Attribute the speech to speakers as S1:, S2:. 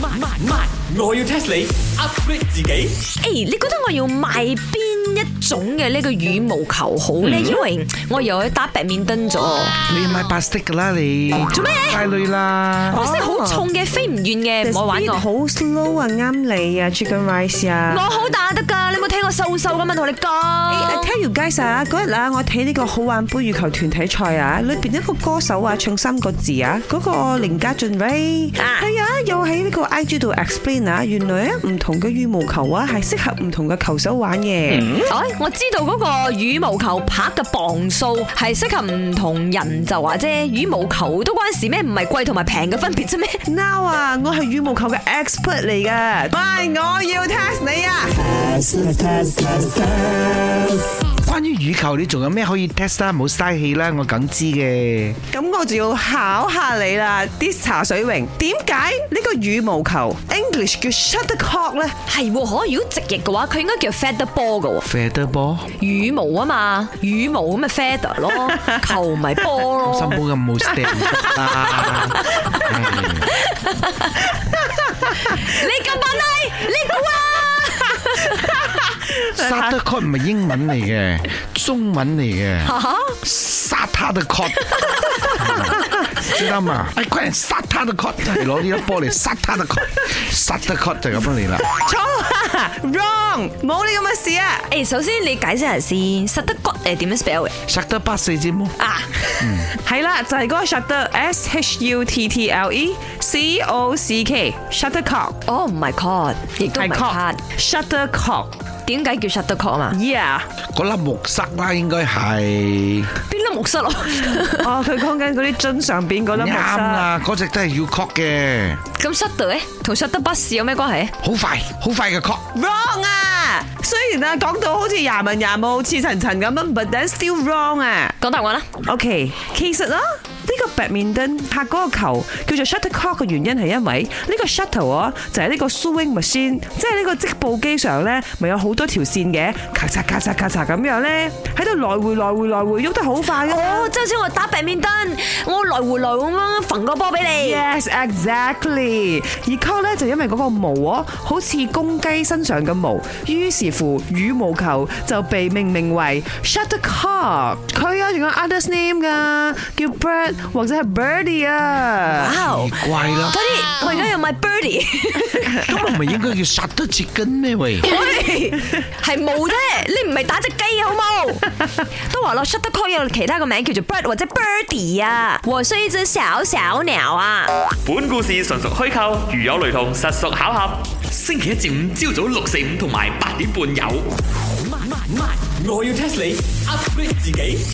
S1: 慢慢慢，我要 test 你 upgrade 自己。
S2: 誒，你覺得我要買邊一種嘅呢個羽毛球好
S3: 嗯
S2: 咧？因為我又去打白面燈咗，
S3: 你買白色噶啦你，
S2: 啊做咩
S3: 太累啦。哦
S2: 白色好重嘅，飛唔遠嘅，唔好玩我。
S4: 好 slow 啊，啱你啊，Chicken Rice 啊。
S2: 我好打得㗎，你有冇聽我瘦瘦咁樣同你
S4: I
S2: 講？
S4: tell you guys 啊，嗰日啊，我睇呢個好玩杯羽球團體賽啊，裏邊一個歌手啊，唱三個字啊，嗰、個凌家俊 Ray，
S2: 啊
S4: 係啊，又喺呢個 IG 度 explain 啊，原來啊唔同嘅羽毛球啊係適合唔同嘅球手玩嘅，
S2: 哎，我知道嗰個羽毛球拍嘅磅數係適合唔同人就話啫，羽毛球都關事咩？唔係貴同埋平嘅分別啫咩？
S4: Now 啊，我係羽毛球嘅 expert 嚟噶，咪我要 test 你啊！
S3: 關於羽球，你仲有咩可以 test 啦？唔好嘥氣啦，我梗知嘅。
S4: 咁我就要考下你啦，Dis 茶水榮，點解呢個羽毛球 English 叫 shuttlecock 咧？
S2: 係喎，可如果直譯嘅話，佢應該叫 feather ball 嘅喎。
S3: Feather ball，
S2: 羽毛啊嘛，羽毛咁咪 feather 咯，球咪波咯
S3: 心煲。咁 冇 stem 啦。
S2: 你咁笨低，你估 啊？
S3: 沙特 c o t 唔係英文嚟嘅，中文嚟嘅。殺他的 c o t 知道嘛？哎，快人殺他的 c o t 就係攞呢一波嚟殺他的 c o t 殺的 c o t 就咁樣嚟啦。
S4: 錯啊，wrong，冇呢咁嘅事啊！
S2: 誒，首先你解釋下先，實得骨誒點樣 spell 嘅
S3: 殺得八四之毛，
S2: 啊？
S4: 係啦，就係嗰個 shutter S H U T T L E C O C K shuttercock
S2: 哦，唔係 cord，亦都唔係 card，
S4: shuttercock，yeah，
S2: 點解叫實得 cord 啊嘛？
S3: 嗰粒木塞啦，應該係
S2: 邊粒木塞咯？
S4: 哦，佢講緊嗰啲樽上邊嗰粒木塞，
S3: 啱啦。嗰只都係要 c o t 嘅，
S2: 咁 shutter 咧，同 shutter bus 有咩關係？
S3: 好快，好快嘅 c o t
S4: wrong 啊！雖然啊講到好似廿文廿武似層層咁樣，but that's still wrong 啊！
S2: 講答案啦，
S4: OK，其實啦，呢個白面燈拍嗰個球叫做 shuttlecock 嘅原因係因為呢個 shuttle 啊，就係呢個 sewing machine，即係呢個織布機上咧，咪有好多條線嘅，咔嚓咔嚓咔嚓咁樣咧，喺度來回來回來回喐得好快噶嘛
S2: 哦，即係好似我打白面燈，我來回來咁樣揈個波俾你。
S4: Yes, exactly。而 cock 咧就因為嗰個毛啊，好似公雞身上嘅毛，於是乎羽毛球就被命名為 shuttlecock。佢啊仲有 others name 噶，叫 bird 或者係 birdie 啊。
S2: 哇！
S3: 奇怪啦
S2: 嗰，啲我而家又買 birdie，
S3: 咁唔係應該叫殺得切根咩？喂，
S2: 喂係冇啫，你唔係打只雞 好冇？都話咯，shuttlecock 有其他個名叫做 bird 或者 birdie 啊，我是一隻小小鳥啊。
S5: 本故事純屬虛構，如有雷同，實屬巧合。星期一至五朝早六四五同埋八點半有。
S1: 慢慢慢，我要 test 你 upgrade 自己。